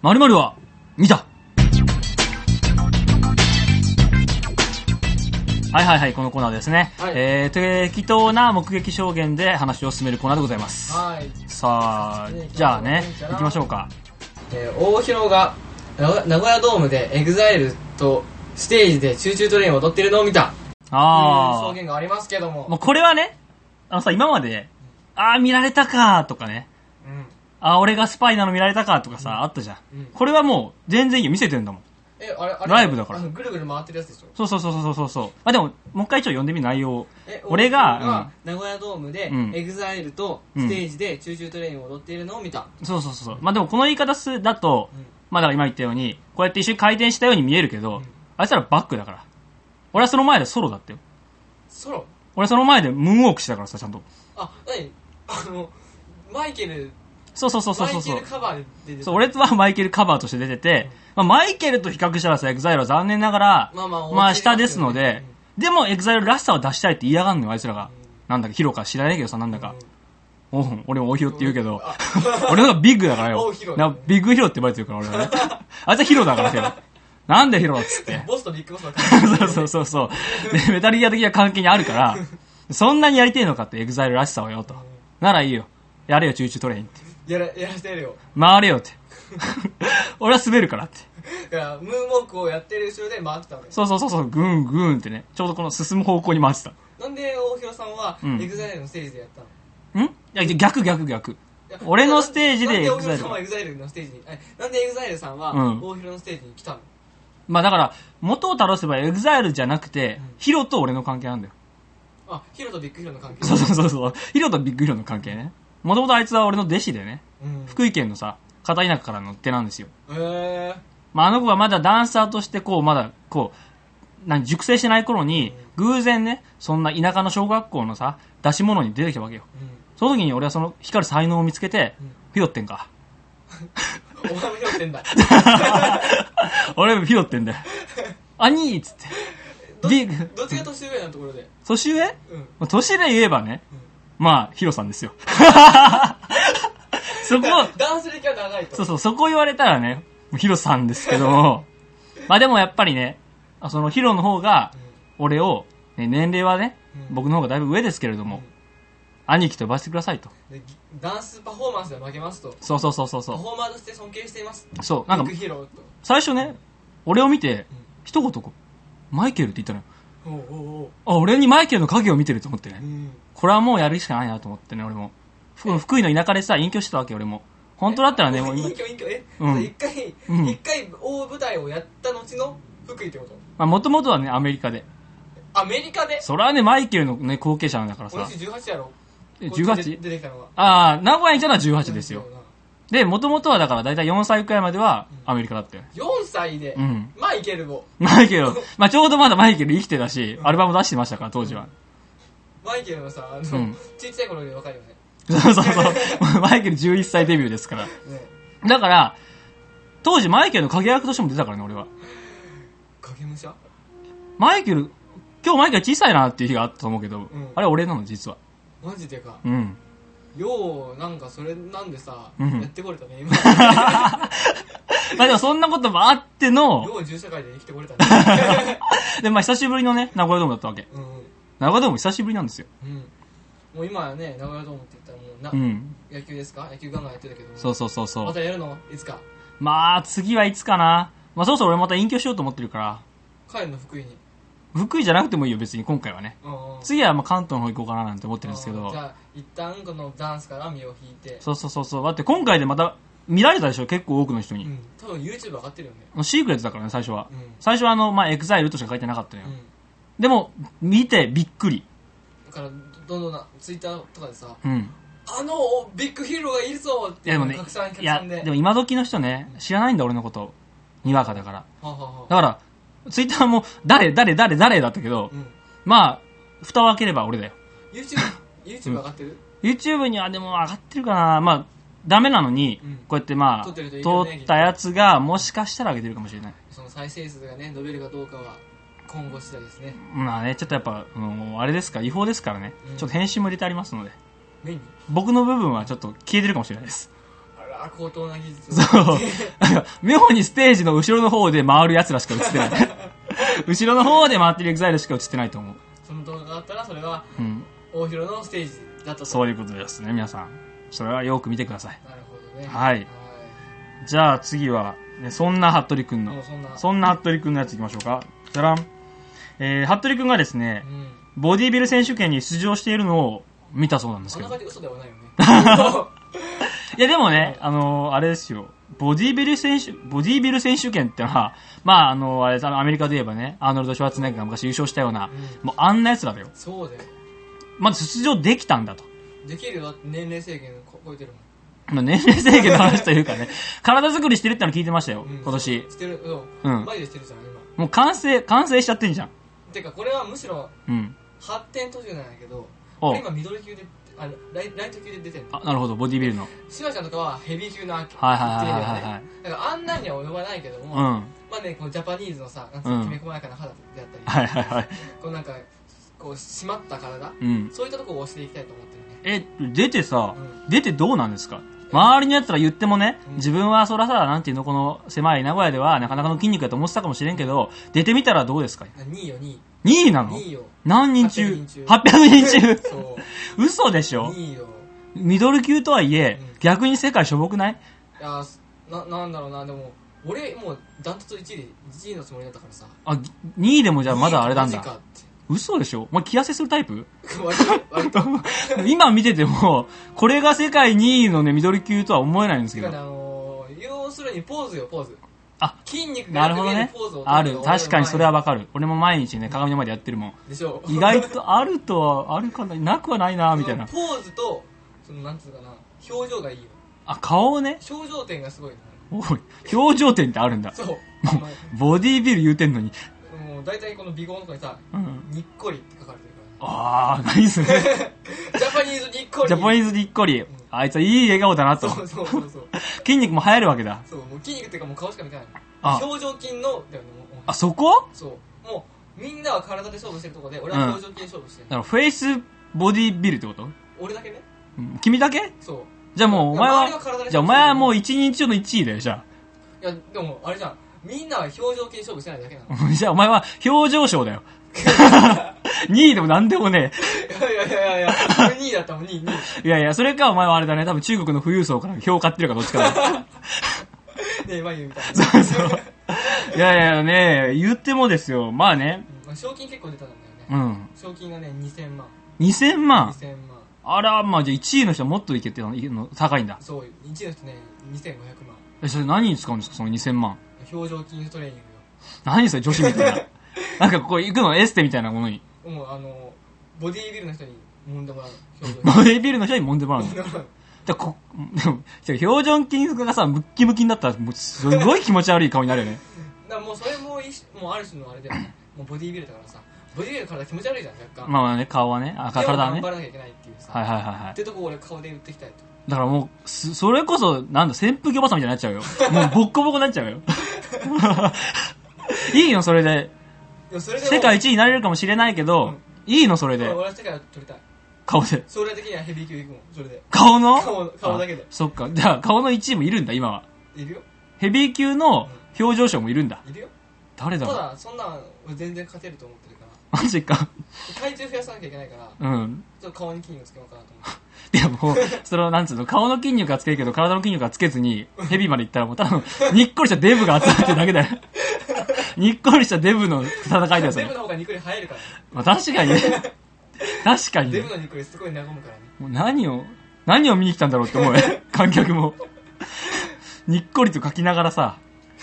まるは見たはいはいはい、このコーナーですね。はいえー、適当な目撃証言で話を進めるコーナーでございます。はい、さあ、じゃあね、行きましょうか。えー大広が名古名古屋ドームでエグザイルとステージでチューチュートレインを踊ってるのを見たあうんあ証言がありますけどももうこれはね、あのさ、今まで、ああ、見られたかとかね、うんああ、俺がスパイなの見られたかとかさ、あったじゃんうん。これはもう、全然いいよ、見せてんだもん。えあれあれライブだからあのぐるぐる回ってるやつでしょそうそうそうそうそうそう。あ、でも、もう一回一応読んでみる内容をえ。俺大広が、名古屋ドームでうんエグザイルとステージでチューチュートレインを踊っているのを見た、うんそうそうそうそう。まあでも、この言い方すだとうん、まあだから今言ったように、こうやって一緒に回転したように見えるけどん、あいつらバックだから。俺はその前でソロだってよ。ソロ俺はその前でムーンウォークしてたからさ、ちゃんと。あ何あのマイケルそうそうそうそうそう。マイケルカバーで出てたそう俺はマイケルカバーとして出てて、まあ、マイケルと比較したらさエグザイルは残念ながら、まあまあ下ですの落ちてでますよね、でもエグザイルらしさを出したいって嫌がるのよあいつらが、なんだかヒロか知らないけどさなんだか、おう俺も大ヒロって言うけど、あ 俺のがビッグだからよ大ヒロなビッグヒロって呼ばれてるから俺はねあいつはヒロだからよなんでヒロだっつって ボスとビッグボスの関係そうそうそうそうでメタルギア的な関係にあるからそんなにやりてえのかってエグザイルらしさをよと、ならいいよやれよチューチュートレインってやらやらせてやるよ回れよって 俺は滑るからってだからムーンウォークをやってる後ろで回ってたわけそうそうそうそう、ぐんぐんってね、ちょうどこの進む方向に回ってた。なんで大広さんはうん EXILE のステージでやったのんいや、逆逆逆。いや俺のステージでなんで大広さんは EXILE。 EXILE のステージにえなんで EXILE さんはうん大広のステージに来たの、まあだから、元をたどせば EXILE じゃなくて、ヒロと俺の関係なんだよ。あヒロとビッグヒロの関 係そうそうそうそう。ヒロとビッグヒロの関係ね。もともとあいつは俺の弟子でね、うん福井県のさ、片田舎からの手なんですよ。へえまああの子がまだダンサーとしてこう、まだこう、何、熟成してない頃に、偶然ね、そんな田舎の小学校のさ、出し物に出てきたわけよ。その時に俺はその光る才能を見つけてうん、ヒロってんか。 うん、お前も拾ってんだ俺も拾ってんだ よ。兄っつって。どビッグどっちが年上なところで年上うんまあ年で言えばね、まあ、ヒロさんですよ。 そこ、ダンス歴が長いとそうそう、そこ言われたらね、もうヒロさんですけど も、まあでもやっぱりね、あそのヒロの方が、俺を、ね、年齢はね、うん僕の方がだいぶ上ですけれども、兄貴と呼ばせてくださいと。でぎダンスパフォーマンスで負けますとそうそうそうそうパそフォーマーとして尊敬していますう。そう、ビなんッかグ、ヒロと最初ね、俺を見てうん、一言こう、マイケルって言ったのよ。おうおうおうあ、俺にマイケルの影を見てると思ってね。うんこれはもうやるしかないなと思ってね、俺も。ふ福井の田舎でさ、隠居してたわけ、俺も。本当だったらね、もう隠今、居隠居え、うん一回、うん一回大舞台をやった後の福井ってことまあ、もともとはね、アメリカで。アメリカでそれはね、マイケルのね、後継者なんだから俺さた。ち18やろえこっちで 18? 出てきたのはああ、名古屋にいたのは18ですよ。で、もともとはだから、だいたい4歳くらいまではアメリカだったよ。 4歳で、うんまあいけるもマイケル、まあちょうどまだマイケル生きてたし、アルバム出してましたから、当時は。マイケルのさあの、うんちっちゃい頃より若いよねそうそうそう。マイケル11歳デビューですから。ねだから、当時マイケルの影役としても出たからね、俺は。影武者マイケル、今日マイケル小さいなっていう日があったと思うけど、んあれ俺なの、実は。マジでかうん。 ようなんかそれなんでさ、うんやってこれたね 今よまあでもそんなこともあっての、う銃社会で生きてこれた ねで、まあ久しぶりのね、名古屋ドームだったわけ。うん、名古屋ドーム久しぶりなんですよ。うん、もう今はね名古屋ドームって言ったらもうな、うん。野球ですか野球ガンガンやってたけどもそうそうそうそまう。たやるのいつかまあ次はいつかな。まあそろそろ俺また隠居しようと思ってるから、帰るの福井に福井じゃなくてもいいよ、別に今回はね。うんうん次はまあ関東の方行こうかななんて思ってるんですけうんどじ。ゃあ一旦このダンスから身を引いてそうそうそうそう。だって今回でまた見られたでしょ、結構多くの人うに。ん多分 YouTube 上がってるよねシークレットだからね、最初は。うん最初はあの、まあエグザイルとしか書いてなかったのよ。うんでも、見てびっくり。だからどんどんな Twitter とかでさうん。あのビッグヒーローがいるぞっいてやでもね拡散、拡いや、散ででも今時の人ね、知らないんだ俺のこと。にわかだから。はははだから、ツイッターも、誰、誰、誰、誰だったけどう、んまあ、蓋を開ければ俺だよ。 YouTube YouTube 上がってる YouTube にはでも上がってるかな。まあ、ダメなのにうん、こうやってまあ、撮ってる人いるよね撮ったやつが、もしかしたら上げてるかもしれない。その再生数がね伸びるかどうかは今後次第ですねまあね、ちょっとやっぱ、うんあれですから、違法ですからねうん。ちょっと返信も入れてありますので、目に僕の部分はちょっと消えてるかもしれないです。あらわあ高等な技術そう。なんか、妙にステージの後ろの方で回る奴らしか映 ってない。後ろの方で回ってるエグザイルしか映ってないと思う。 その動画があったらそれはうん。大広のステージだったとそういうことですね、皆さん。それはよく見てください。なるほどねはいじゃあ次は、ねそんな服部くんはいのもう、そんなそんな服部くんのやついきましょうか。じゃらん。えー、服部くんがですねう、んボディビル選手権に出場しているのを見たそうなんですそけんどな。感じ嘘ではないよね そういやでもね、あのーあれですよ。ボディビル選手、ボディビル選手権ってのは、まあ、あのーあれ、あのアメリカで言えばね、アーノルド・シュワルツェネッガーが昔優勝したような、うもうあんな奴らだよ。そうだよまず出場できたんだと。できるよだって年齢制限こ超えてるもんまあ、年齢制限の話というか ね、体作りしてるっての聞いてましたよ、うん今年。してるそううんマジでしてるじゃん今もう完成、完成しちゃってんじゃん。てかこれはむしろうん。発展途中なんだけどお俺今ミドル級であのライライト級で出てるあ、なるほど、ボディビルの。シマちゃんとかはヘビー級なわけはいはいはいはいはいはいだからあんなには及ばないけども、うん。はいまあねこのジャパニーズのさなんうんかきめ細やかな肌であったり、はいはい。こうなんかこう締まった体うん。そういったとこを押していきたいと思ってるねえ、出てさ、う出てどうなんですか周りのやつら言ってもね、うん自分はそらさ、なんていうの、この狭い名古屋ではなかなかの筋肉だと思ってたかもしれんけど、出てみたらどうですか2位よ2位 ?2 位なの2位よ何人中800 ?800 人中そ嘘でしうょ2位よミドル級とはいえう、ん逆に世界しょぼくないいやーななんだろうなでも俺もうダントツ1位で1位のつもりだったからさあ、2位でもじゃあまだあれなんマジだ。かっ嘘でしょお前気痩せするタイプ て 割と割と今見てても、これが世界2位のね、ミドル級とは思えないんですてけかどね。あのー、要するにポーズよポーズあ筋肉ながるほどよねく見えポーズを。ある。確かにそれははわかる。俺も毎日ね、鏡の前でやってるもん。でしょ意外とあるとは、あるかな、なくはないな、みたいなそ。のポーズとそのなんつうかな表情がいいよあ、顔をね。表情点がすごいのおい、表情点ってあるんだ。そうあのボディービル言うてんのに。もう大体この美顔のとこにさうん。にっこりって書かれてるかあー、いい っすね。らジャパニーズにっこりジャパニーーズにっこり。あいつはいい笑顔だなと。そうそうそうそう筋肉も生えるわけだ。そうもう筋肉っていうかもう顔しか見てないあ表情筋のだよねもうもあ、そこうそうもうみんなは体で勝負してるとこで俺は表情筋で勝負してる、だからフェイスボディービルってこと俺だけねうん君だけそうじゃあもうお前周りは体で勝負は、してるじゃあお前はもう一人中の1位だよ、じゃいやでもあれじゃんみんなは表情筋勝負してないだけなのあ。じ ゃあお前は表情賞だよ。2位でもなんでもねいやいやいやいや俺2位だったもん2位2位え。いやいや、それかお前はあれだね。多分中国の富裕層から票買ってるかどっちかだよ。 ねえ眉みたいなそうそう。いやいやね、言ってもですよ。まあね。まあ、賞金結構出たんだよね、うん。賞金がね2000万2000万。 2000万あら、まあじゃあ1位の人はもっといけてのいの高いんだ。そう1位の人ね2500万え、それ何に使うんですかその2000万。表情筋トレーニン何それ女子みたいな。 なんかこう行くのエステみたいなものに。グよもうあのボディービルの人に揉んでもらうの表情ボディビルの人に揉んでもらうの 筋。揉んでもらうだこでも、表情筋がさ、ムッキムキになったら、もうすごい気持ち悪い顔になるよね。のだからもうそれも一種もうある種のあれだよねもうボディービルだからさボディービルの体気持ち悪いじゃん若干、まあまあね、顔はね、あでも体はね。頑はい張らなきゃいけないっていうさ、はいはいはってとこを俺顔で打ってきたいとい。だからもう、すそれこそ、なんだ、扇風機おばさんみたいになっち ゃうよ。もうボッコボコになっちゃうよ。 いいの、それで。でもそれでも世界一位になれるかもしれないけど、いいの、それ俺で。は世界を取りたい顔で。将来的にはヘビー級いくもんそれで顔の顔顔だけであそっか。じゃあ、顔の1位もいるんだ、今は。いるよヘビー級の表情賞もいるんだ。いるよ誰ただろうだそんなん俺全然勝てると思ってるからマジか。体重増やさなきゃいけないからうん。ちょっと顔に筋肉つけようかなと思っていやもう、その、なんつうの、顔の筋肉はつけるけど、体の筋肉はつけずに、ヘビまで行ったらもう、ただの、にっこりしたデブが集まってるだけだ よ。にっこりしたデブの戦いだよ、そデれブ。の方が肉に生えるからねまあ、確かにね。確かにデねブ。の肉にすごい和むからねもう何を、何を見に来たんだろうって思うよ。観客も。にっこりと書きながらさ、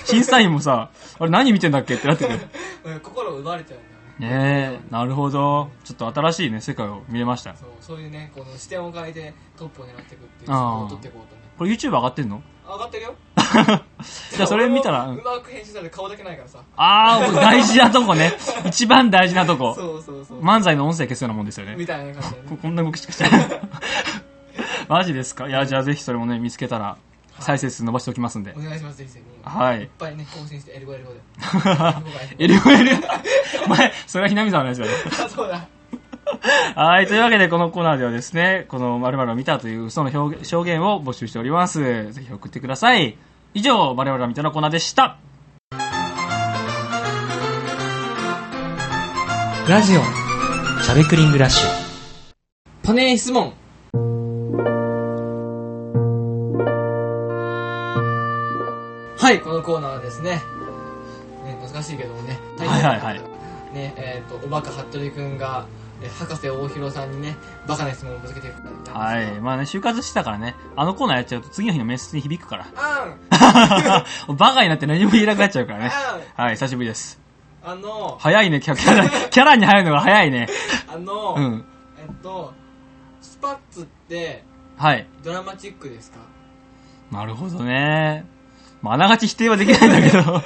審査員もさ、あれ何見てんだっけってなってくる。俺心を奪われちゃうんだよねねえ、なるほど。ちょっと新しいね、世界を見れました。そうそういうねこの視点を変えてトップを狙っていくっていうあーそこを取っていこうとねこれ YouTube 上がってんの上がってるよじゃあそれ見たら、俺うんもうまく編集されて顔だけないからさあー、大事なとこね。一番大事なとこ。そうそうそう漫才の音声消すようなもんですよねみ。たいな感じでこねこんな動きしかしてない。 マジですかいや、じゃあぜひそれもね、見つけたら、再生数伸ばしておきますんでお。願いしますぜひぜひもういっはい。ぱいね更新してエルゴエルゴでエルゴが エルゴエル。お前、それはひなみさんの話だよ。あそうだはい、というわけでこのコーナーではですね、この〇〇を見たという嘘の表現証言を募集しております。ぜひ送ってください。以上、〇〇を見たのコーナーでした。ラジオしゃべくりングラッシュパネー質問はいこのコーナーはですねね難しいけどもねはいはいはいねえー、とおバカ服部君がえー博士大広さんにねバカな質問をぶつけていくことになったんはですい。まあね、就活してたからね、あのコーナーやっちゃうと次の日の面接に響くから。あ んバカになって何も言えなくなっちゃうからね。あんはい、久しぶりです。あの早いね、キャキャラ、 キャラに入るのが早いね。あの、うん。えっとスパッツってはい。ドラマチックですかなるほどね。まあ、あながち否定はできないんだけど。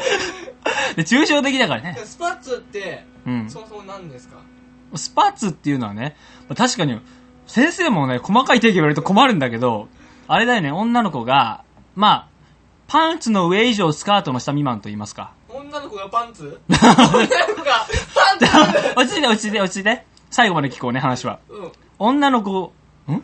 で、抽象的だからね。スパッツって、うん。そもそも何ですかスパッツっていうのはね、まあ確かに、先生もね、細かい定義言われると困るんだけど、あれだよね、女の子が、まあ、パンツの上以上スカートの下未満と言いますか。 女の子がパンツ女の子がパンツ落ち着いて、落ち着いて、落ち着いて。最後まで聞こうね、話は。うん女の子、ん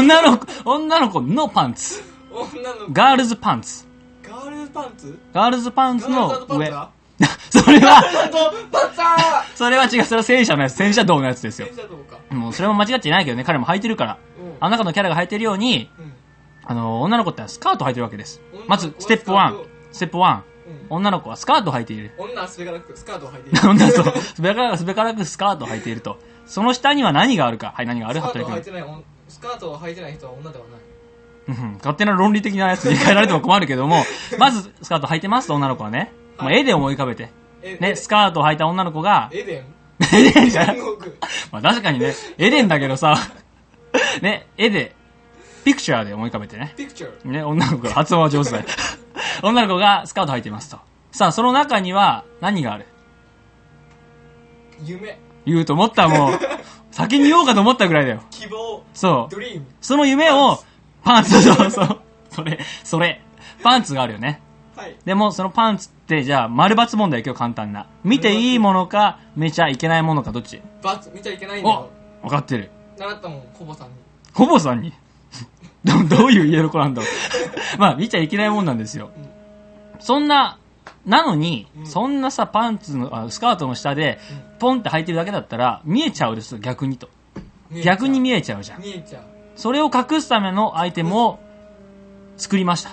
女の子、女の子のパンツ。女の子ガールズパンツ。ガールズパンツガールズパンガツールのズパンツ上。だ それは、パンツパンツだそれは違う、それは戦車のやつ、戦車道のやつですよ電。車どうかもうそれも間違ってないけどね、彼も履いてるから。うんあの中のキャラが履いてるように、うんあの、女の子ってのはスカート履いてるわけです女の。子まず、ステップワスカーント。ステップワン。うん女の子はスカートを履いている。女はすべからくスカートを履いている女の子 はすべからく、すべからくスカートを履いていると。その下には何があるか。はい、何があスるカ服ート部を履い君。てない女スカートを履いてない人は女ではないうんうん勝手な論理的なやつに変えられても困るけど も、まず、スカート履いてますと、女の子はね。もう絵で思い浮かべて。えね、スカートを履いた女の子が、エデン絵でじゃん天国まあ確かにね、エデンだけどさ、ね、絵で、ピクチャーで思い浮かべてね。ピクチャーね、女の子が、発音は上手 だよ。女の子がスカート履いてますと。さあ、その中には何がある 夢言うと思ったらもう、先に言おうかと思ったぐらいだよ。希望そうド。リームその夢を、パンツ、そうそう。それ、それ。パンツがあるよね。はいでも、そのパンツって、じゃあ、丸抜問題今日簡単な。見ていいものか、見ちゃいけないものか、どっちバツ見ちゃいけないんだおよ分かってる。習ったもんほぼさんにほぼさんにどどういう家の子なんだろう まあ見ちゃいけないもんなんですよ、うんそんななのに、うんそんなさパンツのあスカートの下でポンって履いてるだけだったら見えちゃうです逆にと見えちゃう逆に見えちゃうじゃん見えちゃうそれを隠すためのアイテムを作りました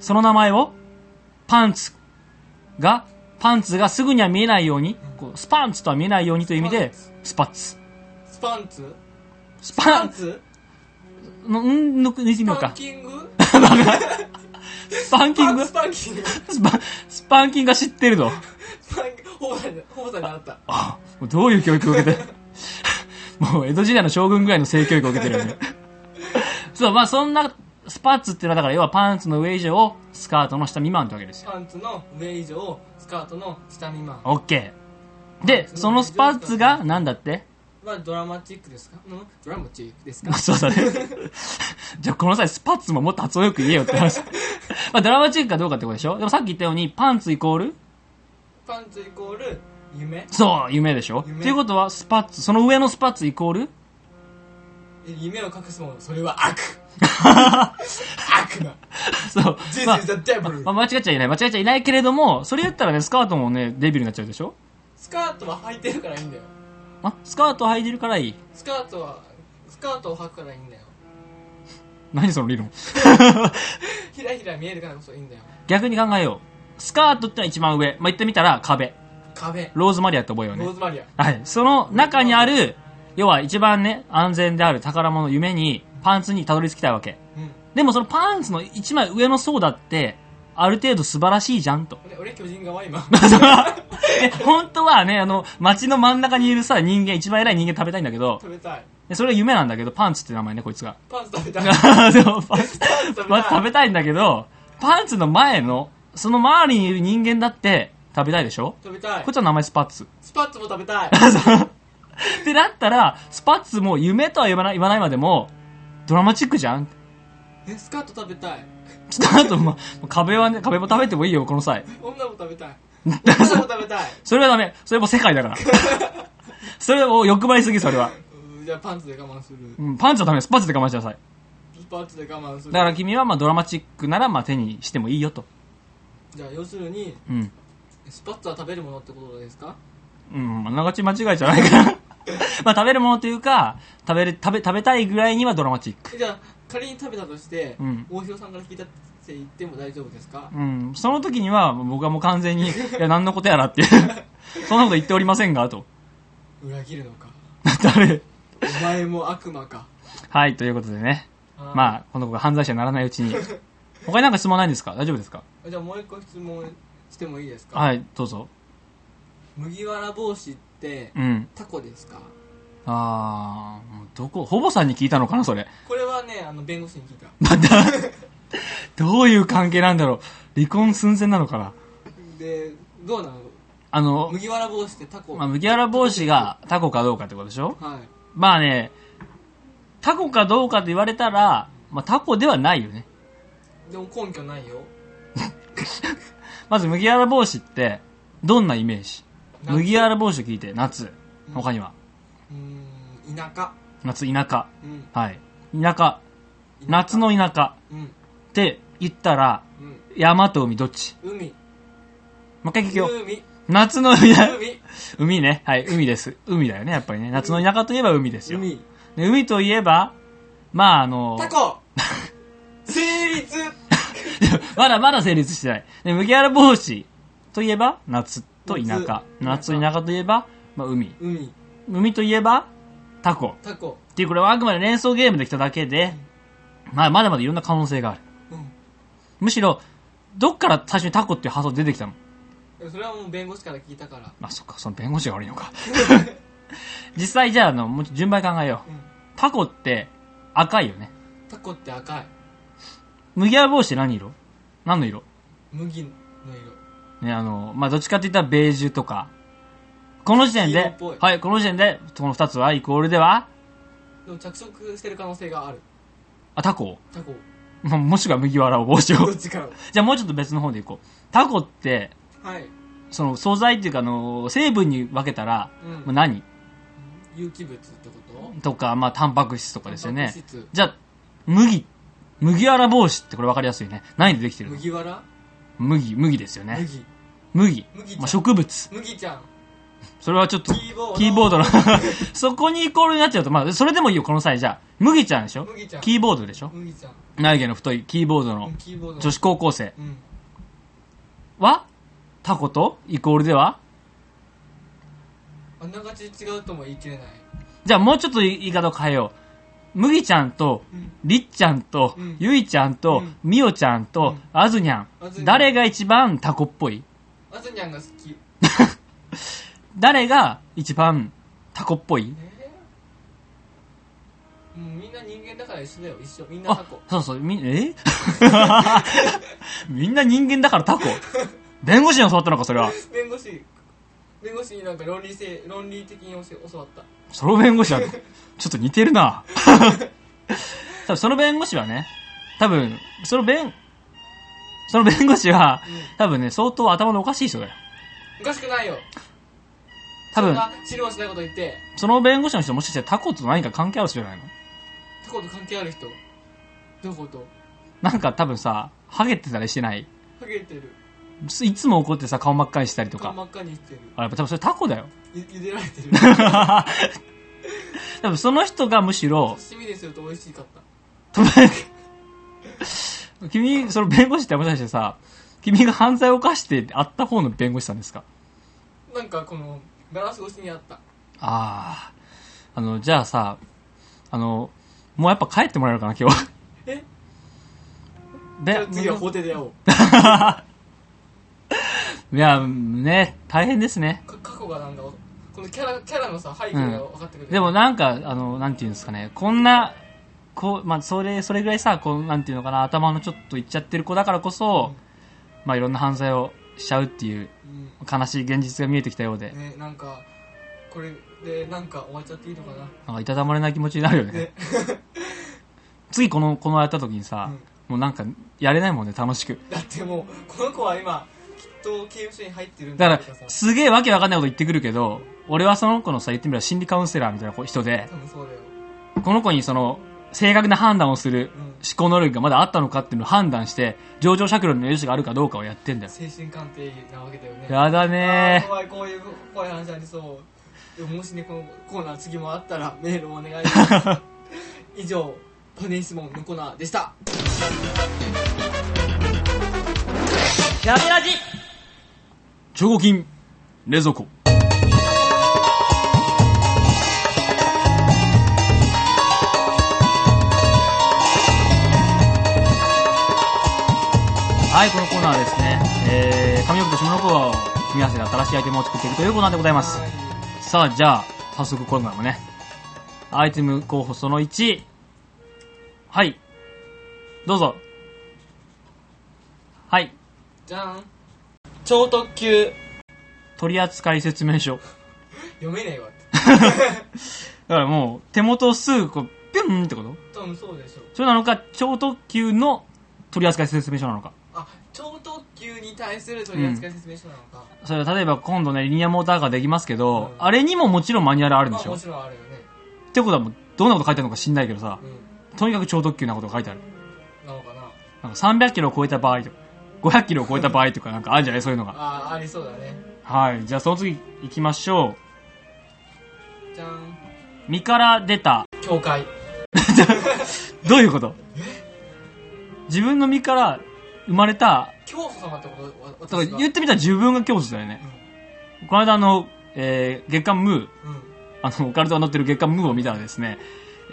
その名前をパンツがパンツがすぐには見えないようにこうスパンツとは見えないようにという意味でスパッツスパンツススパパンンツツのん抜く抜いてみようパかンキングスパンキングスパンキングスパ、スパンキンが知ってるぞ。スパンキングほぼさんにほぼさんに習ったあ、もうどういう教育を受けて、 もう江戸時代の将軍ぐらいの性教育を受けてるよね。そう、まあそんな、スパッツっていうのはだから要はパンツの上以上をスカートの下未満ってわけですよ。パンツの上以上スカートの下未満オッケー。で、そのスパッツがなんだって はドラマチックですかうんドラマチックですまあかそう だね。じゃあこの際スパッツももっと発音よく言えよって 話。まあドラマチックかどうかってことでしょでもさっき言ったようにパンツイコールパンツイコール夢そう、夢でしょ夢っていうことはスパッツ、その上のスパッツイコール え夢を隠すものそれは悪悪なそう。 This まあ is the devil まあ、間違っちゃいない、間違っちゃいないけれども、それ言ったらね、スカートもね、デビルになっちゃうでしょスカートは履いてるからいいんだよあ、スカート履いてるからいい。スカートはスカートを履くからいいんだよ何その理 論。ひらひら見えるからこそいいんだよ逆に考えよう。スカートってのは一番上。まあ、言ってみたら壁。壁ローズマリアって覚えよロうねー。ズマリアはい。その中にある、要は一番ね、安全である宝物、夢に、パンツにたどり着きたいわけ。うんでもそのパンツの一枚上の層だって、ある程度素晴らしいじゃんと。 俺俺巨人側今で本当はね、あの、街の真ん中にいるさ、人間、一番偉い人間食べたいんだけど、食べたいでそれは夢なんだけど、パンツって名前ね、こいつが。 パンツ食べたいでもパンツ食べたいまず食べたいんだけど、パンツの前の、その周りにいる人間だって食べたいでしょ食べたいこっちは名前スパッツ。スパッツも食べた いってなったら、スパッツも夢とは言わない言わないまでも、ドラマチックじゃんえスカート食べたいちょっとあと、ま、壁はね、壁も食べてもいいよ、この際。女も食べたい女も食べたいそれはダメ。それも世界だから。それを欲張りすぎ、それは。うんじゃあパンツで我慢するうん、パンツはダメです。パンツで我慢しなさい。パンツで我慢するだから君はまあドラマチックならまあ手にしてもいいよと。じゃあ要するにうん。スパッツは食べるものってことですかうん、あながち間違いじゃないから。 まあ食べるものというか、食べる、食べ、食べたいぐらいにはドラマチック。じゃあ仮に食べたとして、うん大広さんから聞いたって言っても大丈夫ですか、うん、その時には僕はもう完全に、いや、何のことやらっていう。そんなこと言っておりませんが、と。裏切るのか 誰お前も悪魔かはい、ということでね。あまあ、この子が犯罪者にならないうちに。他になんか質問ないんですか大丈夫ですかーじゃあもう一個質問してもいいですか、はい、どうぞ。麦わら帽子ってうん。タコですかあー、もうどこ、ほぼさんに聞いたのかな、それ。 これはねあの弁護士に聞いたまた、どういう関係なんだろう。離婚寸前なのかな。でどうなのあの、麦わら帽子ってタコ、まあ、麦わら帽子がタコかどうかってことでしょはいまあね、タコかどうかって言われたら、まあタコではないよね。でも根拠ないよまず麦わら帽子って、どんなイメージ夏麦わら帽子聞いて、夏。他には、うーん田舎夏、田舎。うんはい。田舎、田舎夏の田舎うんって言ったら、うん山と海どっち海もう一回聞くよ。海夏の田舎、 海海ね。はい、海です。海だよね、やっぱりね。夏の田舎といえば海ですよ。海で海といえば、まああの、タコ成立 まだまだ成立してない。で、麦わら帽子といえば、夏と田舎。夏夏と田舎といえば、まあ、海。海海といえば、タコ。タコっていう、これはあくまで連想ゲームできただけで、まあ、まだまだいろんな可能性がある。うんむしろ、どっから最初にタコっていう発想出てきたのでもそれはもう弁護士から聞いたからまあ、そっか、その弁護士が悪いの か。実際、じゃあ、あの、もうちょっと順番考えよう。うんタコって、赤いよね。タコって赤い麦わら帽子って何色何の色麦のね、あの、まあ、どっちかって言ったらベージュとか。この時点黄色でっぽい、はい、この時点で、この二つはイコールでは、色でも着色してる可能性があるあ、タコタコまもしくは麦わらを帽子どを っ。ちからじゃあもうちょっと別の方でいこう。タコって、はいその素材っていうか、あの、成分に分けたら、うんもう何有機物ってこととか、まあ、タンパク質とかですよタンねパク。質じゃあ、麦。麦わら帽子ってこれ分かりやすいね。何でできてるの麦わら麦、麦ですよね。麦麦。麦まあ、植物。麦ちゃんそれはちょっと、キーボードキーボードの、 そこにイコールになっちゃうと、まあ、それでもいいよ、この際。じゃあ、麦ちゃんでしょ麦ちゃんキーボードでしょ麦ちゃん眉毛の太いキーボードうのんキーボードの女子高校生うんは、タコとイコールではあんながち違うとも言い切れないじゃあもうちょっと言い方を変えよう。麦ちゃんと、うんりっちゃんとうん、ゆいちゃんとうん、みおちゃんと、あずにゃんあずにゃ。ん誰が一番タコっぽいあずにゃんが好き誰が一番タコっぽいえーもうみんな人間だから一緒だよ一緒みんなタあコ、そうそう、み、え みんな人間だからタコ。弁護士に教わったのか、それは。弁護士弁護士になんか論理性論理的に教え教わったソロ弁護士は、ちょっと似てるな。 多分その弁護士はね、多分、その弁、その弁護士は、多分ね、相当頭のおかしい人だよ。おかしくないよ多分そん、な知もしないこと言ってその弁護士の人もしかしてタコと何か関係ある人じゃないのタコと関係ある人どういうことなんか多分さ、ハゲてたりしてない。ハゲてるいつも怒ってさ、顔真っ赤にしたりと顔か。真っ赤にしてるあ、やっぱ多分それタコだよ。 ゆゆでられてる多分その人がむしろ、 刺身ですると美味しかったとりあえず君、その弁護士ってもしかしてさ、君が犯罪を犯してあった方の弁護士さんですかなんかこのガラス越しにあったああ。あの、じゃあさ、あの、もうやっぱ帰ってもらえるかな、今日は。えじゃであ、次は法廷で会おういや、ね、大変ですね。か過去がなんかこのキャラキャラのさ背景が分かってくる、でもなんか、あの、なんていうんですかね、こんな、こう、まあ、それ、それぐらいさ、こう、なんていうのかな、頭のちょっといっちゃってる子だからこそ、まあ、いろんな犯罪をしちゃうっていう、うん悲しい現実が見えてきたようで、 ねなんかこれでなんか終わっちゃっていいのかな なんかいたたまれない気持ちになるよね。 ね次、この、このやった時にさ、うんもうなんか、やれないもんね、楽しく。だってもうこの子は今きっと刑務所に入ってるんだだとかかさら、すげえわけわかんないこと言ってくるけど、俺はその子のさ、言ってみれば心理カウンセラーみたいな子人で、多分そうだよ。この子にその、正確な判断をするうん思考能力がまだあったのかっていうのを判断して、上場酌量の余地があるかどうかをやってんだよ。精神鑑定なわけだよね。やだあーね怖い、こういう怖い話ありそう。でももしね、このコーナー次もあったらメールをお願いし ます。以上、パネ質問のコーナーでした。ー。やめラジ中古金、冷蔵庫。はい、このコーナーはですね、えー、上の句と下の句を組み合わせて新しいアイテムを作っていくというコーナーでございます。はさあ、じゃあ、早速今回もね、アイテム候補その1。はい。どうぞ。はい。いじゃん。超特急。取扱説明書。読めねえわって。だからもう、手元をすぐこう、ピュンってこと多分そうでしょ。それなのか、超特急の取扱説明書なのか。あ、超特急に対する取扱説明書なのか。それは例えば今度ね、リニアモーターカーできますけど、うんあれにももちろんマニュアルあるんまであしょ、もちろんあるよね。ってことはもう、どんなこと書いてあるのか知んないけどさ、うとにかく超特急なことが書いてある。ん。なのかな。なんか300キロを超えた場合とか、500キロを超えた場合とかなんかあるんじゃないそういうのが。ああ、ありそうだね。はい、じゃあその次行きましょじゃん。う。身から出た。 教会。どういうこと自分の身から生まれた、教祖様ってことわだから私が。言ってみたら自分が教祖だよね。この間あの、えー月刊ムー、うん。あの、オカルトが載ってる月刊ムーを見たらですね、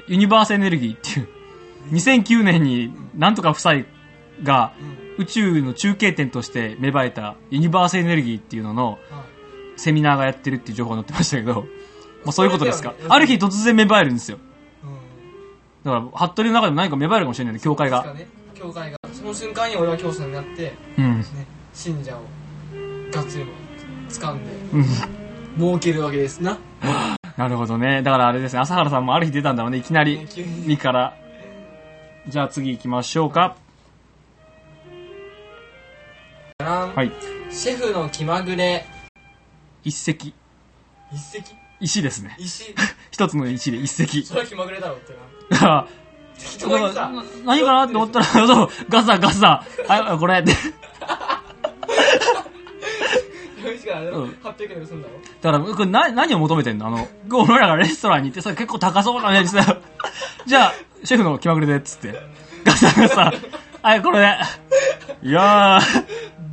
ユニバースエネルギーっていう、2009年になんとか夫妻がうん。宇宙の中継点として芽生えたユニバースエネルギーっていうののはい。セミナーがやってるっていう情報が載ってましたけど、まあそういうことですかそれだよ。ねある日突然芽生えるんですよ。うだん。から、服部の中でも何か芽生えるかもしれないね、教会そがう。ですかね。教会が。その瞬間に俺は教祖になって、うん。ね、信者をガッツリ掴んで、うん儲けるわけですな。なるほどね。だからあれですね、朝原さんもある日出たんだろうね、いきなりね。急に。 2から。じゃあ次行きましょうか。ははい。シェフの気まぐれ。一石。一石石ですね。石一つの石で一石。それは気まぐれだろってだな。から適だ当にからさ な。何かなって思ったら、 そう、ガサガサ、あ、これって。それしかあれだろうん800円とかすんだろだから、これな、何を求めてんのあの、俺らがレストランに行ってさ、結構高そうなねにさ、 じゃあ、シェフの気まぐれで、っつって。ガサガサ、はい、これで。いやー。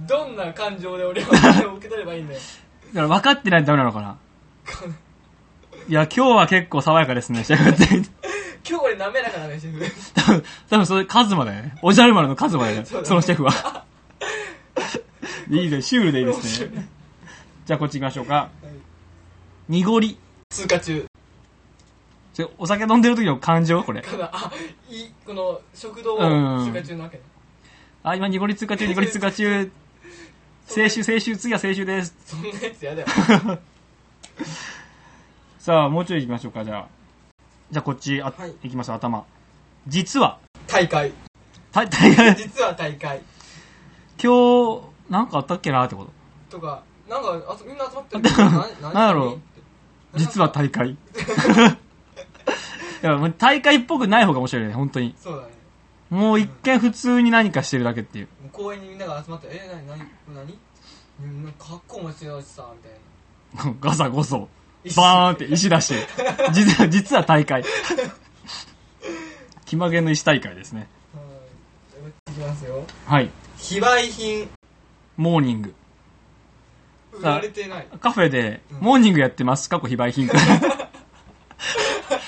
どんな感情で俺は受け取ればいいんだよ。だから分かってないとダメなのかないや、今日は結構爽やかですね、シェフって言って。 今日俺滑らかなのよ、シェフ。多分、多分それ、カズマだよね。おじゃる丸のカズマだよね。そうだねそのシェフ は。いいですね、シュールでいいです面白ね。じゃあこっち行きましょうかい。濁り。通過中。それお酒飲んでる時の感情これ。ただ、あ、い、この食堂をうん通過中なわけね。あ、今濁り通過中、濁り通過中。青春、青春、次は青春です。そんなやつや だよ。さあ、もうちょい行きましょうか、じゃあ。じゃあこっち、あ、はい行きます、頭。実は、大会。た、た、実は大会。今日、なんかあったっけなってこと。とか、なんか、あそみんな集まってるけどな なんやろう実は大会 いやもう大会っぽくない方が面白いよね本当にそうだね。もう一見普通に何かしてるだけっていう もう公園にみんなが集まって、え、なになになにうん、格好もしてないしさ、みたいな。ガサゴソ石バーンって石出 して実は実は大会気まぐれの石大会ですねはい。いきますよ。はい非売品、モーニング売られてない。カフェでモーニングやってます過去非売品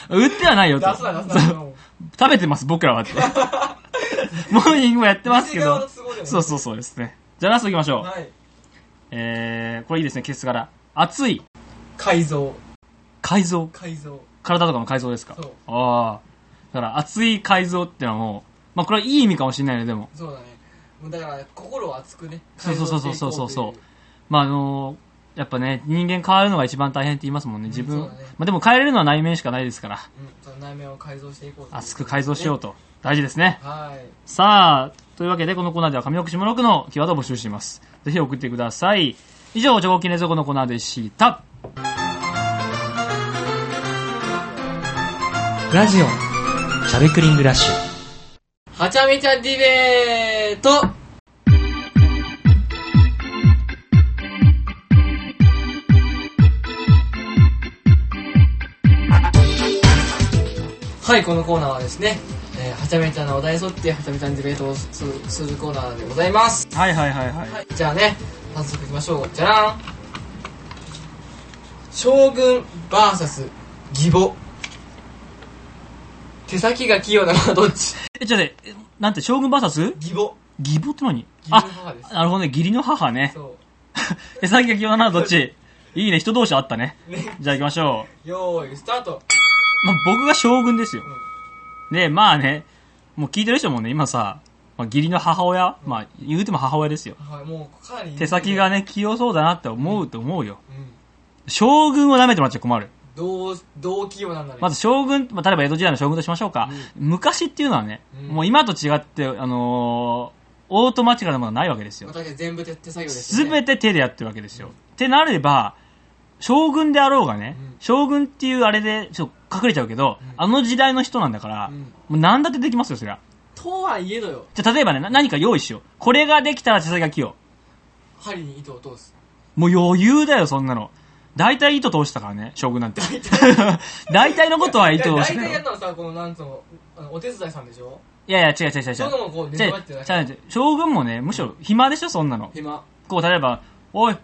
売ってはないよ出とすな、出す な。もう食べてます僕ら はってモーニングもやってますけ店側のど都合だよねそうそうそうですねじゃあラストいきましょうはい。えー、これいいですね、ケース柄。熱い改造。改造。改造。体とかの改造ですかそうああ。だから、熱い改造ってのはもう、まあこれはいい意味かもしれないね、でも。そうだね。もうだから、心を熱くね。そうそうそうそうそうそう改造していこまああのーやっぱね、人間変わるのが一番大変って言いますもんね、自分。そうだねまあでも変えれるのは内面しかないですから、うという。うん、その内面を改造していこうと。熱く改造しようと。大事ですね。はい。さあ、というわけでこのコーナーでは上奥下六のキーワードを募集しています。ぜひ送ってください。以上、上機ねぞこのコーナーでした。ラジオンしゃべくりングラッシュはちゃめちゃディベートはい、このコーナーはですね、えーはちゃめちゃなお題に沿ってはちゃめちゃなディベートをするするコーナーでございます。はいはいはいはい。はい、じゃあね、早速いきましょう。じゃらん将軍 VS 義母。手先が器用なのはどっちえ、ちょっと待って、えなんて、将軍 VS? 義母。義母って何義母のあ、母です。なるほどね、義理の母ね。そえ、さっきが決まな、どっちいいね、人同士あったね。う。ね、じゃあ行きましょよーい、スタート。う。まあ、僕が将軍ですよう。んで、まあね、もう聞いてる人もね、今さ、まあ、義理の母親、まあ、言うても母親ですよ。はい、もうかなり。手先が。ね、器用そうだなって思うと思うよ。うん。将軍を舐めてもらっちゃ困る。どう、どう器用なんだね。まず将軍、まあ、例えば江戸時代の将軍としましょうか。昔っていうのはね、うんもう今と違って、あのーオートマチカルなものはないわけですよ。私は全部手手作業です、すね。べて手でやってるわけですよ。ってなれば、将軍であろうがね、うん将軍っていうあれでちょっと隠れちゃうけど、あの時代の人なんだから、うんもう何だってできますよ、そりゃ。とはいえどよ、じゃあ例えばね、な何か用意しよう。これができたら手先が器用。針に糸を通す。もう余裕だよ、そんなの。大体糸通したからね、将軍なんて。大体のことは糸をだしいてたいやるのはさ、この、なんつうの、あのお手伝いさんでしょいやいや、違う違う違う違う。将軍もこう違う粘ってない違う違う将軍もね、むしろ暇でしょ、そんなの。暇。こう、例えば、おい、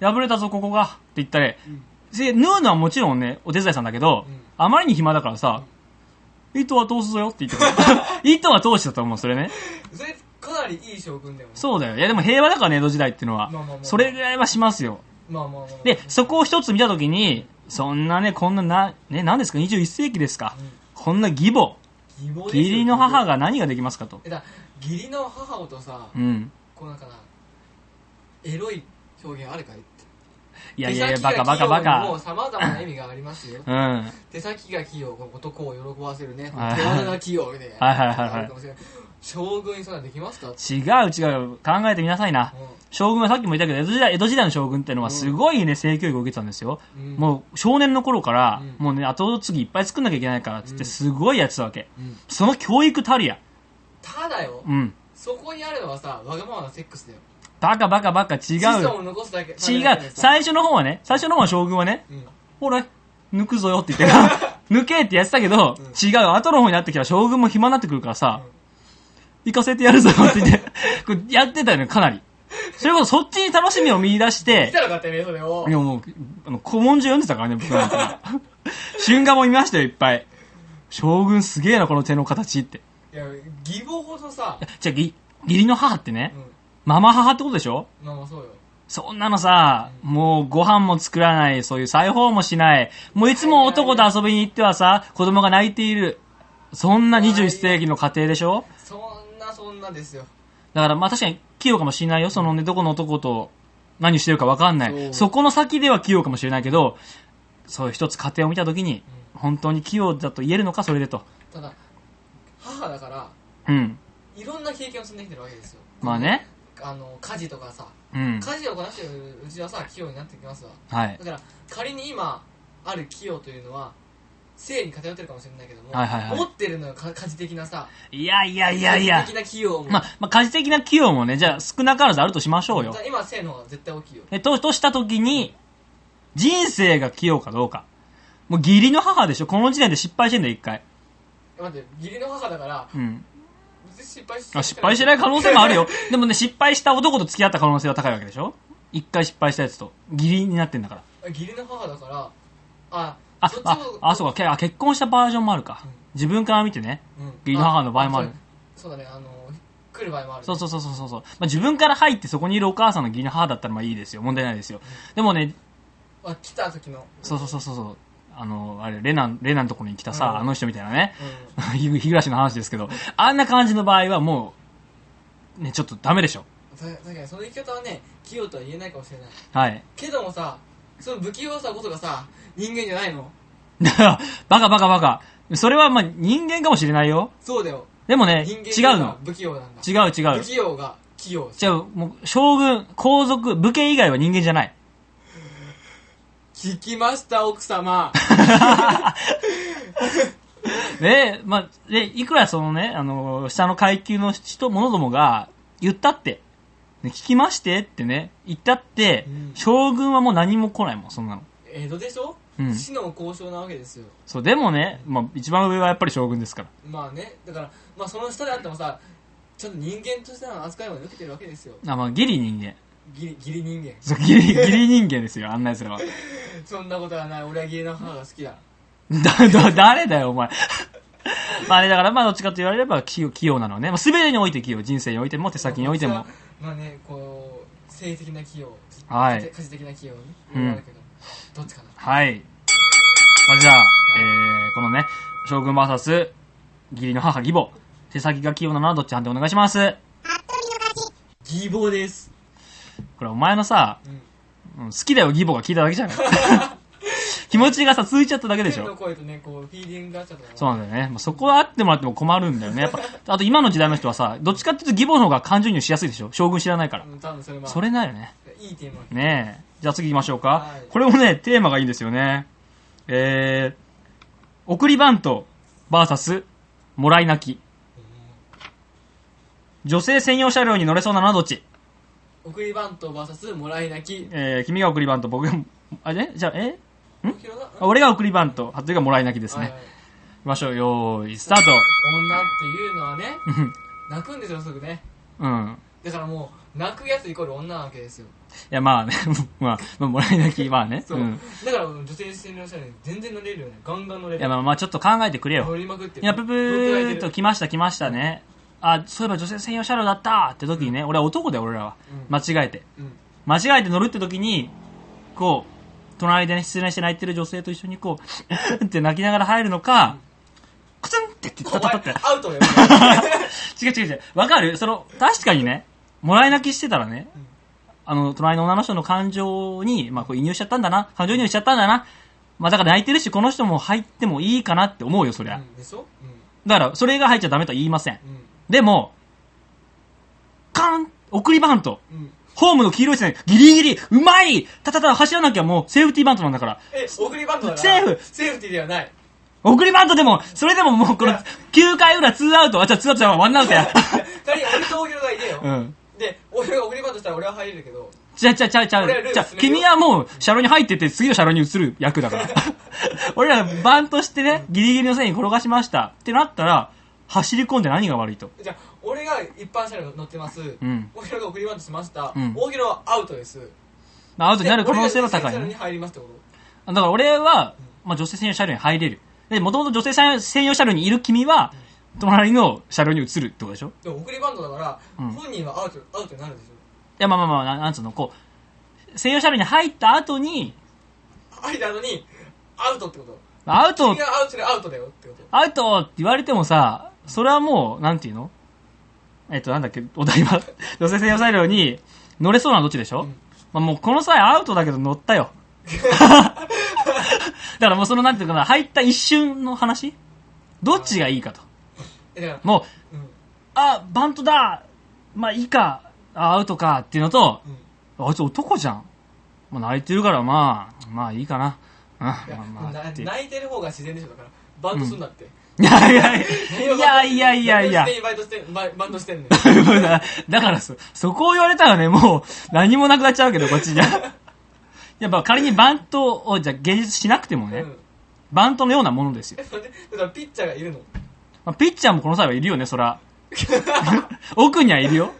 破れたぞ、ここが。って言ったら、うん。で、縫うのはもちろんね、お手伝いさんだけど、うんあまりに暇だからさ、糸は通すぞよって言ってく る。糸は通したと思う、それね。それ、かなりいい将軍だよね。そうだよ。いや、でも平和だからね、江戸時代っていうのはまあまあま。あそれぐらいはしますよ。まあまあまあまあ。で、そこを一つ見たときに、そんなね、こんなな、ね、何ですか、21世紀ですか。うんこんな義母、義母ですよ義理の母。が何ができますかと。え、だ、義理の母をとさ、うん。こうなんかな、エロい表現あるかいって。いやいやいや、バカバカバもうカ。様々な意味がありますよ う。ん。はい手先が器用、男を喜ばせるね。手はい技が器用みたいな。はいはいあはるいかもしれない将軍にそんなんできますか違う違う。考えてみなさいな。将軍はさっきも言ったけど、江戸時代、江戸時代の将軍ってのはすごいね、性教育を受けてたんですよ。うんもう少年の頃から、うんもうね、後継ぎいっぱい作んなきゃいけないからっつって、うんすごいやってたわけ。うん、うんその教育たるや。ただよ、うん。そこにあるのはさ、わがままなセックスだよ。バカバカバカ違う子孫よ。を残すだけ。違ただだけう。でさ最初の方はね、最初の方は将軍はね、うんほら、抜くぞよって言って から、抜けってやってたけど、違う。後の方になってきたら将軍も暇になってくるからさ、行かせてやるぞって言って、これやってたよね、かなり。それこそそっちに楽しみを見出して来、たのかってね、それをい。やもう、あの、古文書読んでたからね、僕なん か。春画も見ましたよ、いっぱい。将軍すげえな、この手の形って。いや、義母ほどさ、じゃあ、ぎ義理の母ってねう、ん、ママ母ってことでしょまあまあそうよ。そんなのさ、もうご飯も作らない、そういう裁縫もしない、もういつも男と遊びに行ってはさ、子供が泣いている。そんな21世紀の家庭でしょそんなそんなですよ。だからまあ確かに器用かもしれないよ。そのね、どこの男と何してるかわかんなそい。うそこの先では器用かもしれないけど、そういう一つ家庭を見たときに、本当に器用だと言えるのか、それでと。ただ、母だから、うん。いろんな経験を積んできてるわけですよ。まあね。あの、家事とかさ、うん。家事をこなしてるうちはさ、器用になってきますわ。はいだ。から仮に今ある器用というのは性に偏ってるかもしれないけども、はいはいはい持ってるのはか家事的なさいやいやいやいや家事。的な器用も、まあ、まあ、家事的な器用もね、じゃあ少なからずあるとしましょうだよか。ら今は性の方が絶対大きいよえ、と、としたときに、人生が器用かどうか。もう義理の母でしょ。この時点で失敗してんだよ、一回。待って義理の母だからうん。別に失敗し。あ失敗してない可能性もあるよでもね、失敗した男と付き合った可能性は高いわけでしょ一回失敗したやつと。義理になってんだから。義理の母だからああそっ、ちあも、あ、そうかけあ、結婚したバージョンもあるかうん。自分から見てね。うん義理の母の場合もあるあそうそうだねあの来る場合もあるそうそうそうそうそうそう。まあ、自分から入ってそこにいるお母さんの義理の母だったらまあいいですよ。問題ないですよ。でもね、あ来た時のそうそうそうそうそう。あの、あれ、レナン、レナンのところに来たうんさ、あの人みたいなね。 う日暮らしの話ですけど、あんな感じの場合はもう、ね、ちょっとダメでしょ。んた確かにその言い方はね器用とは言えないかもしれないはい。けどもさその不器用さことがさ人間じゃないのだから、バカバカバカ。それはまあ人間かもしれないよ。そうだよでもね、人間違うのが。不器用なんだ違う違不う。器用が器器用じゃあ、もう、将軍、皇族、武家以外は人間じゃない。聞きました奥 様で、まあ、で、いくらそのね、あの、下の階級の人、者どもが、言ったって、ね聞きましてってね、言ったって、うん将軍はもう何も来ないもん、そんなの。江戸でしょ、うん死の交渉なわけですよそう、でもね、まあ、一番上はやっぱり将軍ですから。まあねだから、まあ、その下であってもさちゃんと人間としての扱いを受けてるわけですよあ、まあ、ギリ人間。ギリギリ人間そう、 ギリ、ギリ人間ですよ、あんな奴らは。そんなことはない俺は義理の母が好きだだ、だ、誰だよ、お前。 まあね、だから、まあ、どっちかと言われれば器用、器用なのね。まあ、全てにおいて器用。人生においても、手先においても。まあねこう性的な器用はい家事的な器用ね、うんあるけどどっちかなはい。まあ、じゃあ、えー、このね、将軍 VS、義理の母、義母。手先が器用なのはどっち判定お願いします。義母です、これ、お前のさ、うん、うん好きだよ、義母が聞いただけじゃない気持ちがさ、ついちゃっただけでし天ょの。声とねこうフィーリングがあっちゃったからそうなんだよね。まあ、そこはあってもらっても困るんだよね。やっぱ、あと今の時代の人はさ、どっちかっていうと義母の方が感情移入しやすいでしょ。将軍知らないから。うん多分それはそれないよね。いいテーマねえ。じゃあ次行きましょうか。はいこれもね、テーマがいいんですよね。えー、送りバント VS もらい泣き。女性専用車両に乗れそうなのはどっち送りバント VS もらい泣きえー、君が送りバント、僕が、あれじゃあ、え広があ俺が送りバント、初がもらい泣きですはいね。はい行きましょう。よーい、スタート。女っていうのはね泣くんですよすぐねうん。いだからもう泣くやつイコール女なわけですよや、まあね、 まあ、まあ、もらい泣き、まあね。そう、ん。だから女性専用車両に全然乗れるよねガンガン乗れいるや、まあまあ、ちょっと考えてくれよ乗。りまくってるいや、プープ乗ーっっ取られとて来ました来ましたね。あ、そういえば女性専用車両だったって時にね、俺は男だよ、俺らは。うん間違えて。るうん間違えて乗るって時に、こう、隣でね、失恋して泣いてる女性と一緒にこう、って泣きながら入るのか、クツンってって、たおた前たって。アウ トだよ違う違う違う。わかるその、確かにね、もらい泣きしてたらねうん、あの、隣の女の人の感情に、まあ、こう、移入しちゃったんだな。感情移入しちゃったんだな。まあ、だから泣いてるし、この人も入ってもいいかなって思うよ、そりゃ。うんでしょだから、それが入っちゃダメとは言いません。うんでも、カーン送りバントうんうんホームの黄色い線、ギリギリうまいたたた走らなきゃもうセーフティーバントなんだから。え送りバントだなセーフセーフティーではない 送りバントでも、それでももうこのいや9回裏2アウト、あ、じゃあ2アウトじゃんワンアウト や。仮に俺と大広がいてよ、うん。で俺が送りバントしたら俺は入れるけどじゃあじゃあじゃあじゃあ俺はルールじゃあ進めるよ君はもう車両に入ってて次の車両に移る役だ から。俺らバントしてね、ギリギリの線に転がしましたってなったら、走り込んで何が悪いと。じゃあ俺が一般車両乗ってます、うん。大広が送りバントしました、うん大広はアウトですまあアウトになる可能性は高いで俺が女性ね車両に。入りますってことだから俺は、まあ、女性専用車両に入れる。で、もともと女性専用専用車両にいる君は、隣の車両に移るってことでしょいでも送りバントだから、うん本人はアウトアウトになるでしょや、まあまあまあ、ななんつうの、こう、専用車両に入った後に、入ったのにアウトってことアウト君、がアウトでアウトだよってことアウトって言われてもさ、それはもう、なんていうのえっと、なんだっけ、お題は、 女性専用車両に乗れそうなのどっちでしょ、うんまあ、もうこの際アウトだけど乗った よ。だからもうその、なんていうかな、入った一瞬の話どっちがいいかと。えだからもう、うんあ、バントだまあいいか、あ、アウトかっていうのと、うんあいつ男じゃん。もう泣いてるからまあ、まあいいかな。うん、いや、まあまあなっていう。泣いてる方が自然でしょだからバントすんなって、いやいやいやいやいやいや。バントしてババントしてんねんだからそ、そこを言われたらね、もう何もなくなっちゃうけど、こっちじゃ。やっぱ仮にバントをじゃあ現実しなくてもね、 うん バントのようなものですよ。だからピッチャーがいるのまあ、ピッチャーもこの際はいるよね、そら。奥にはいるよ。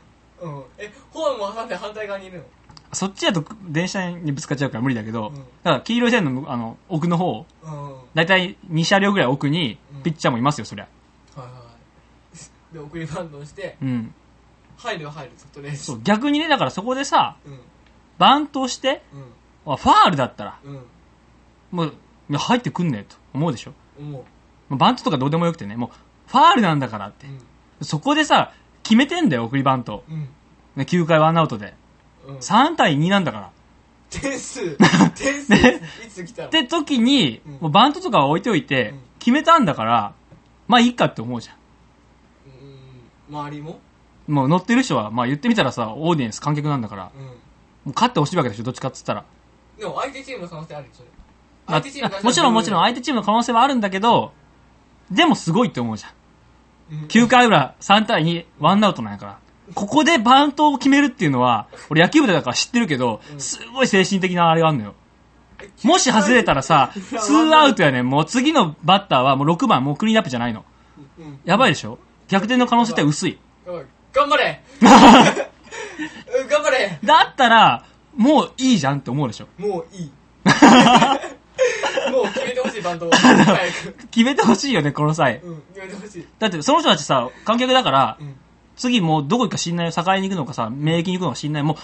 うんえホームを挟んで反対側にいるのそっちだと電車にぶつかっちゃうから無理だけど、うんだから黄色い線のあの奥の方、うんはだいたい2車両ぐらい奥にうんピッチャーもいますよ、そりゃ。いはいで送りバントをしてうん。入るは入るとりあえずそう、逆にね、だからそこでさ、うんバントをして、うあファールだったら、んうんもう、いや入ってくんねえと思うでしょ。思うもうバントとかどうでもよくてね、もう、ファールなんだからってう。んそこでさ、決めてんだよ、送りバント。うんね、9回ワンアウトで。うん3対2なんだから。点数点数ねいつ来たのって時にうん、もうバントとかは置いておいてうん、決めたんだから、まあいいかって思うじゃん。うん周りももう乗ってる人は、まあ言ってみたらさ、オーディエンス観客なんだから、うんもう勝ってほしいわけでしょ、どっちかっつったら。でも相手チームの可能性あるでしょまあ相手チームかあらしたらもちろんもちろん相手チームの可能性はあるんだけど、でもすごいって思うじゃん。うん9回裏3対2、ワンアウトなんやから。ここでバウントを決めるっていうのは、俺野球部だから知ってるけど、すごい精神的なあれがあるのよ。もし外れたらさ、ツーアウトやねん。もう次のバッターはもう6番、もうクリーンアップじゃないの。うんやばいでしょ逆転の可能性って薄い。頑張 れうん頑張れだったら、もういいじゃんって思うでしょ。もうい いもう決めてほしいバンドを早く、決めてほしいよね、この際。うん、決めてほしい、だってその人たちさ、観客だからう、ん、次もうどこ行くか知んないよ、境に行くのかさ、名駅に行くのか知んない。もう、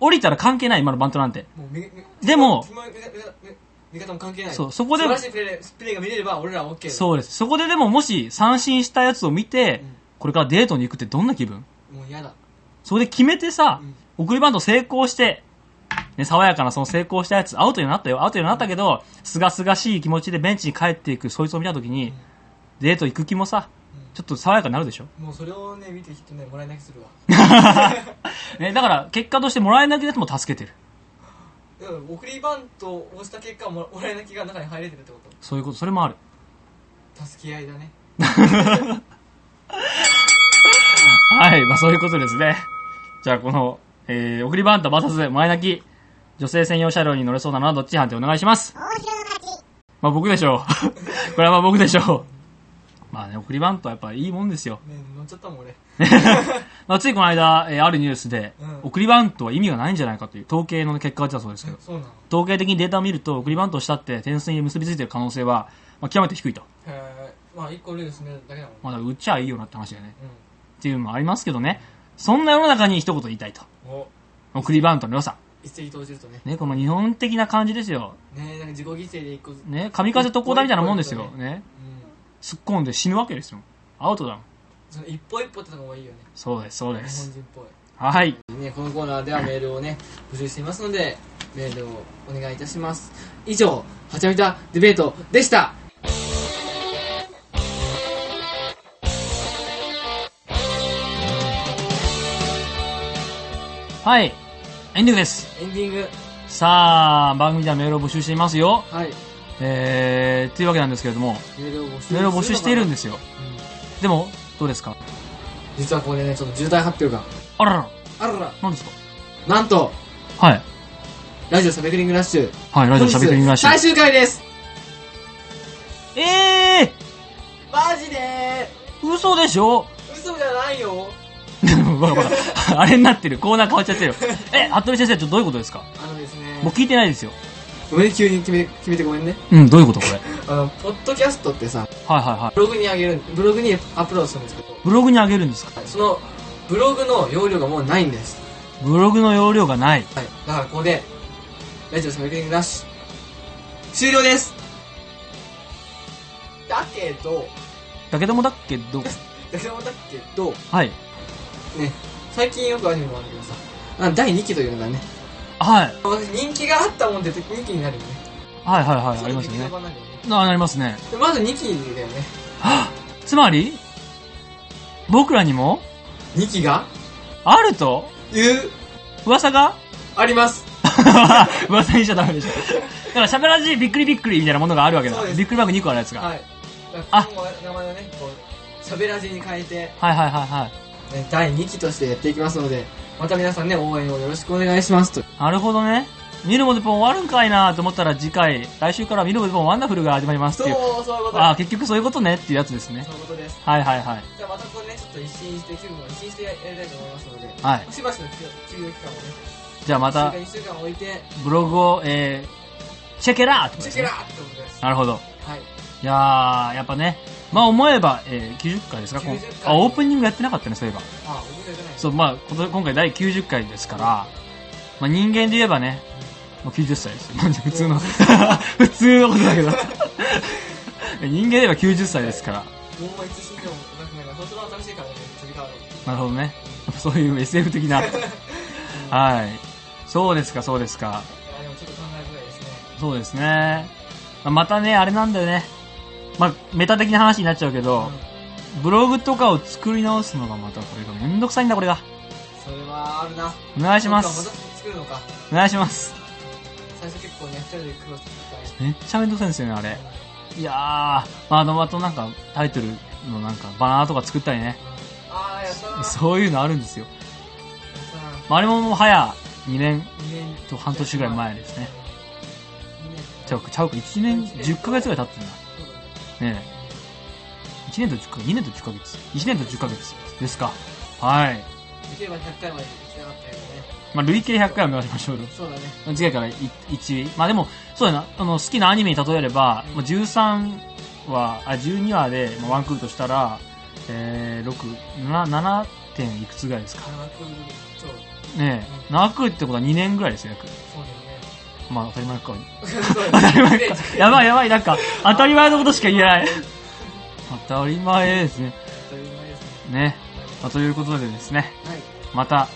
降りたら関係ない、今のバントなんて。もうめめでも自分の見た見た見見方も関係ないそうそこで素晴らしいプレープレーが見れれば俺らは OK そうです。そこででももし三振したやつを見て、うんこれからデートに行くってどんな気分もう嫌だそこで決めてさ、送りバント成功して、ね、爽やかなその成功したやつ、アウトにはなったよ、アウトにはなったけど、すがすがしい気持ちでベンチに帰っていくそいつを見たときに、デート行く気もさ、ちょっと爽やかになるでしょ。もうそれをね見てきっとねもらい泣きするわね、だから結果としてもらえなきゃやつも助けてる。だから送りバントを押した結果もらい泣きが中に入れてるってこそういうこと、それもある。と助け合いだねはい、まあそういうことですね。じゃあこの、えー、送りバント VS 前泣き、女性専用車両に乗れそうなのはどっち判定お願いします。まあ僕でしょう。 これはまあ僕でしょう。まあね、送りバントはやっぱいいもんですよ。ね乗っちゃったもん俺まあついこの間、えーあるニュースで、うん送りバントは意味がないんじゃないかという統計の結果が出たそうですけど、そうなの統計的にデータを見ると、送りバントをしたって点数に結びついてる可能性は、まあ極めて低いと。へえまあ一個ルールすねだけだもんまあだから打っちゃいいよなって話だよね。うっていうのもありますけどね。そんな世の中に一言言いたいと。んお送りバントの良さ。一石投じるとねね、この日本的な感じですよ。ねなんか自己犠牲で一個ずね、神風特攻隊みたいなもんですよ。ね、うん突っ込んで死ぬわけですよ。アウトだもん。その一歩一歩ってのがいいよねそうです、そうで日本す。人っぽはい。いねこのコーナーではメールをね募集していますのでメールをお願いいたします以上はちゃみたディベートでしたはい。エンディングです。エンディングさあ、番組ではメールを募集していますよ。はいえー、というわけなんですけれども、メールを募集メールを募集しているんですすよ。るのかな、うんでも、どうですか実はここでねちょっと重大発表があらら、あらら何ですかなんとはい。ラジオしゃべくりングラッシュはい、ラジオ喋ってみましょう最。終回ですえマジでー、嘘でしょ ー嘘じゃないよバカバカ。あれになってる。コーナー変わっちゃってるよ。え、服部先生、ちょっとどういうことですかあのですねもう聞いてないですよ。ごめん急に決め決めてごめんねうん、どういうことこれ。はいあのポッドキャストってさはいはい。ブログにあげるブログにアップロードするんですけどブログに上げるんですかそのブログの容量がもうないんです、ブログの容量がない。はい、だからここでラジオしゃべくりングラッシュ終了ですだけどだけどもだけど、だけどだけどはい。ね最近よくアニメもあるけどさあ第2期というのがねはい。人気があったもんで2期になるよねはいはいはい、ありますよ劇場ね。版なんだよねあ、なりますね。 でまず2期だよねつまり、僕らにも、 2期があると、言う噂が、 あります噂にしちゃダメでしょ。だから、しゃべらじびっくりびっくりみたいなものがあるわけだそうで。すびっくりマーク2個あるやつが。ははいいあ今後は名前をねこうしゃべらじに変えてはいはいはい。ね第2期としてやっていきますので、また皆さんね、応援をよろしくお願いしますと。なるほどね。見るもでポン終わるんかいなと思ったら次回、来週から見るもでポンワンダフルが始まりますっそうていう。、そういうことああ、で結局そういうことねっていうやつですねす。。そういうことです。はいはいはい。じゃあまたこれね、ちょっと一新して、気分を一新してやりたいと思いますので、はい。しばしの休休養期間をね、じゃあまた、 1週間、2週間置いて、ブログを、えー、チェケラーってことチでェすねケラーってことです。なるほど。はい。いやー、やっぱね、まあ思えば、えー90回ですか、こん90回あ、オープニングやってなかったね、そういえば。あ、おめでとうございます。そう、まあ、こと今回第90回ですから、まあ人間で言えばね、もう90歳ですよ。まあ普通の、 普通のことだけど。 人間で言えば90歳ですから、もう一新でもなくなるから、そっちの新しいからね、チェケラーの。なるほどね。そういう SF 的な。はい。そうですか、そうですか。あ、でもちょっと考えぐらいですね。そうですね。まあまたね、あれなんだよね。まあ、メタ的な話になっちゃうけど、うブログとかを作り直すのがまたこれがめんどくさいんだこれがそれはあるなお願いしまそっすかまた作るのかお願いします最初結構ね二人で苦労してためっちゃめんどくさいんですよねあれいやー、まあ、あのあとなんかタイトルのなんかバナーとか作ったりねああやったなやっそういうのあるんですよ、たなまあ、あれももう早2年2年と半年ぐらい前ですね2年ちゃうかちゃうか1年10ヶ月ぐらい経ってるそうだねなねえ1年と10ヶ月2年と10ヶ月1年と10ヶ月ですかはいできれば100回まで行きたかったけどねまあ累計100回は目指しましょうよそうだね次回からい1まあでもそうだなあの好きなアニメに例えれば、うんまあ、13話あ12話で、まあ、ワンクールとしたら、えー、67点いくつぐらいですか長くそうねえ7クールってことは2年ぐらいですよ約そうだよねまあ当たり前 か当当たり前かやばいやばいなんか当たり前のことしか言えない当たり前ですね当たり前ですねね、まあ、ということでですねはいまた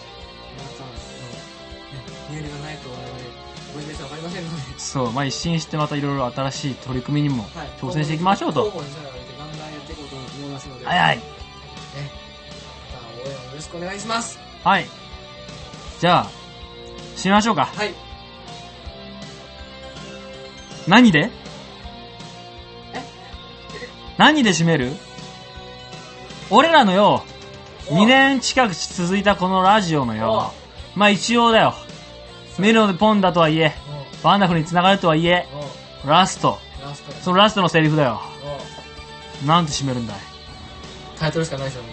皆さんの、ね、メールがないと我々モチベーション上がりませんのでそうまあ一新してまたいろいろ新しい取り組みにもはい挑戦していきましょうと、交互にさらにガンガンやっていこうと思いますので、はいはいね、また応援よろしくお願いします。はい。じゃあ、締めましょうか。はい。何で何で締める俺らのよ、お2年近く続いたこのラジオのよ、まあ一応だよ、メロでポンだとはいえ、もワンダフルに繋がるとはいえ、う、もラスト、う、ラストです。そのラストのセリフだよ。も、なんて締めるんだいうタイトルしかないですよね。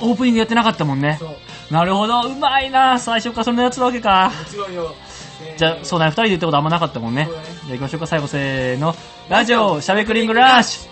オープニングやってなかったもんねそ。う、もなるほど、うまいな最初からそのやつなわけか。ちろんよ。せーのじゃあ、そうだね、二人で言ったことあんまなかったもんねそうだね。じゃあ行きましょうか、最後せーの。ラジオ、しゃべくりングラッシュ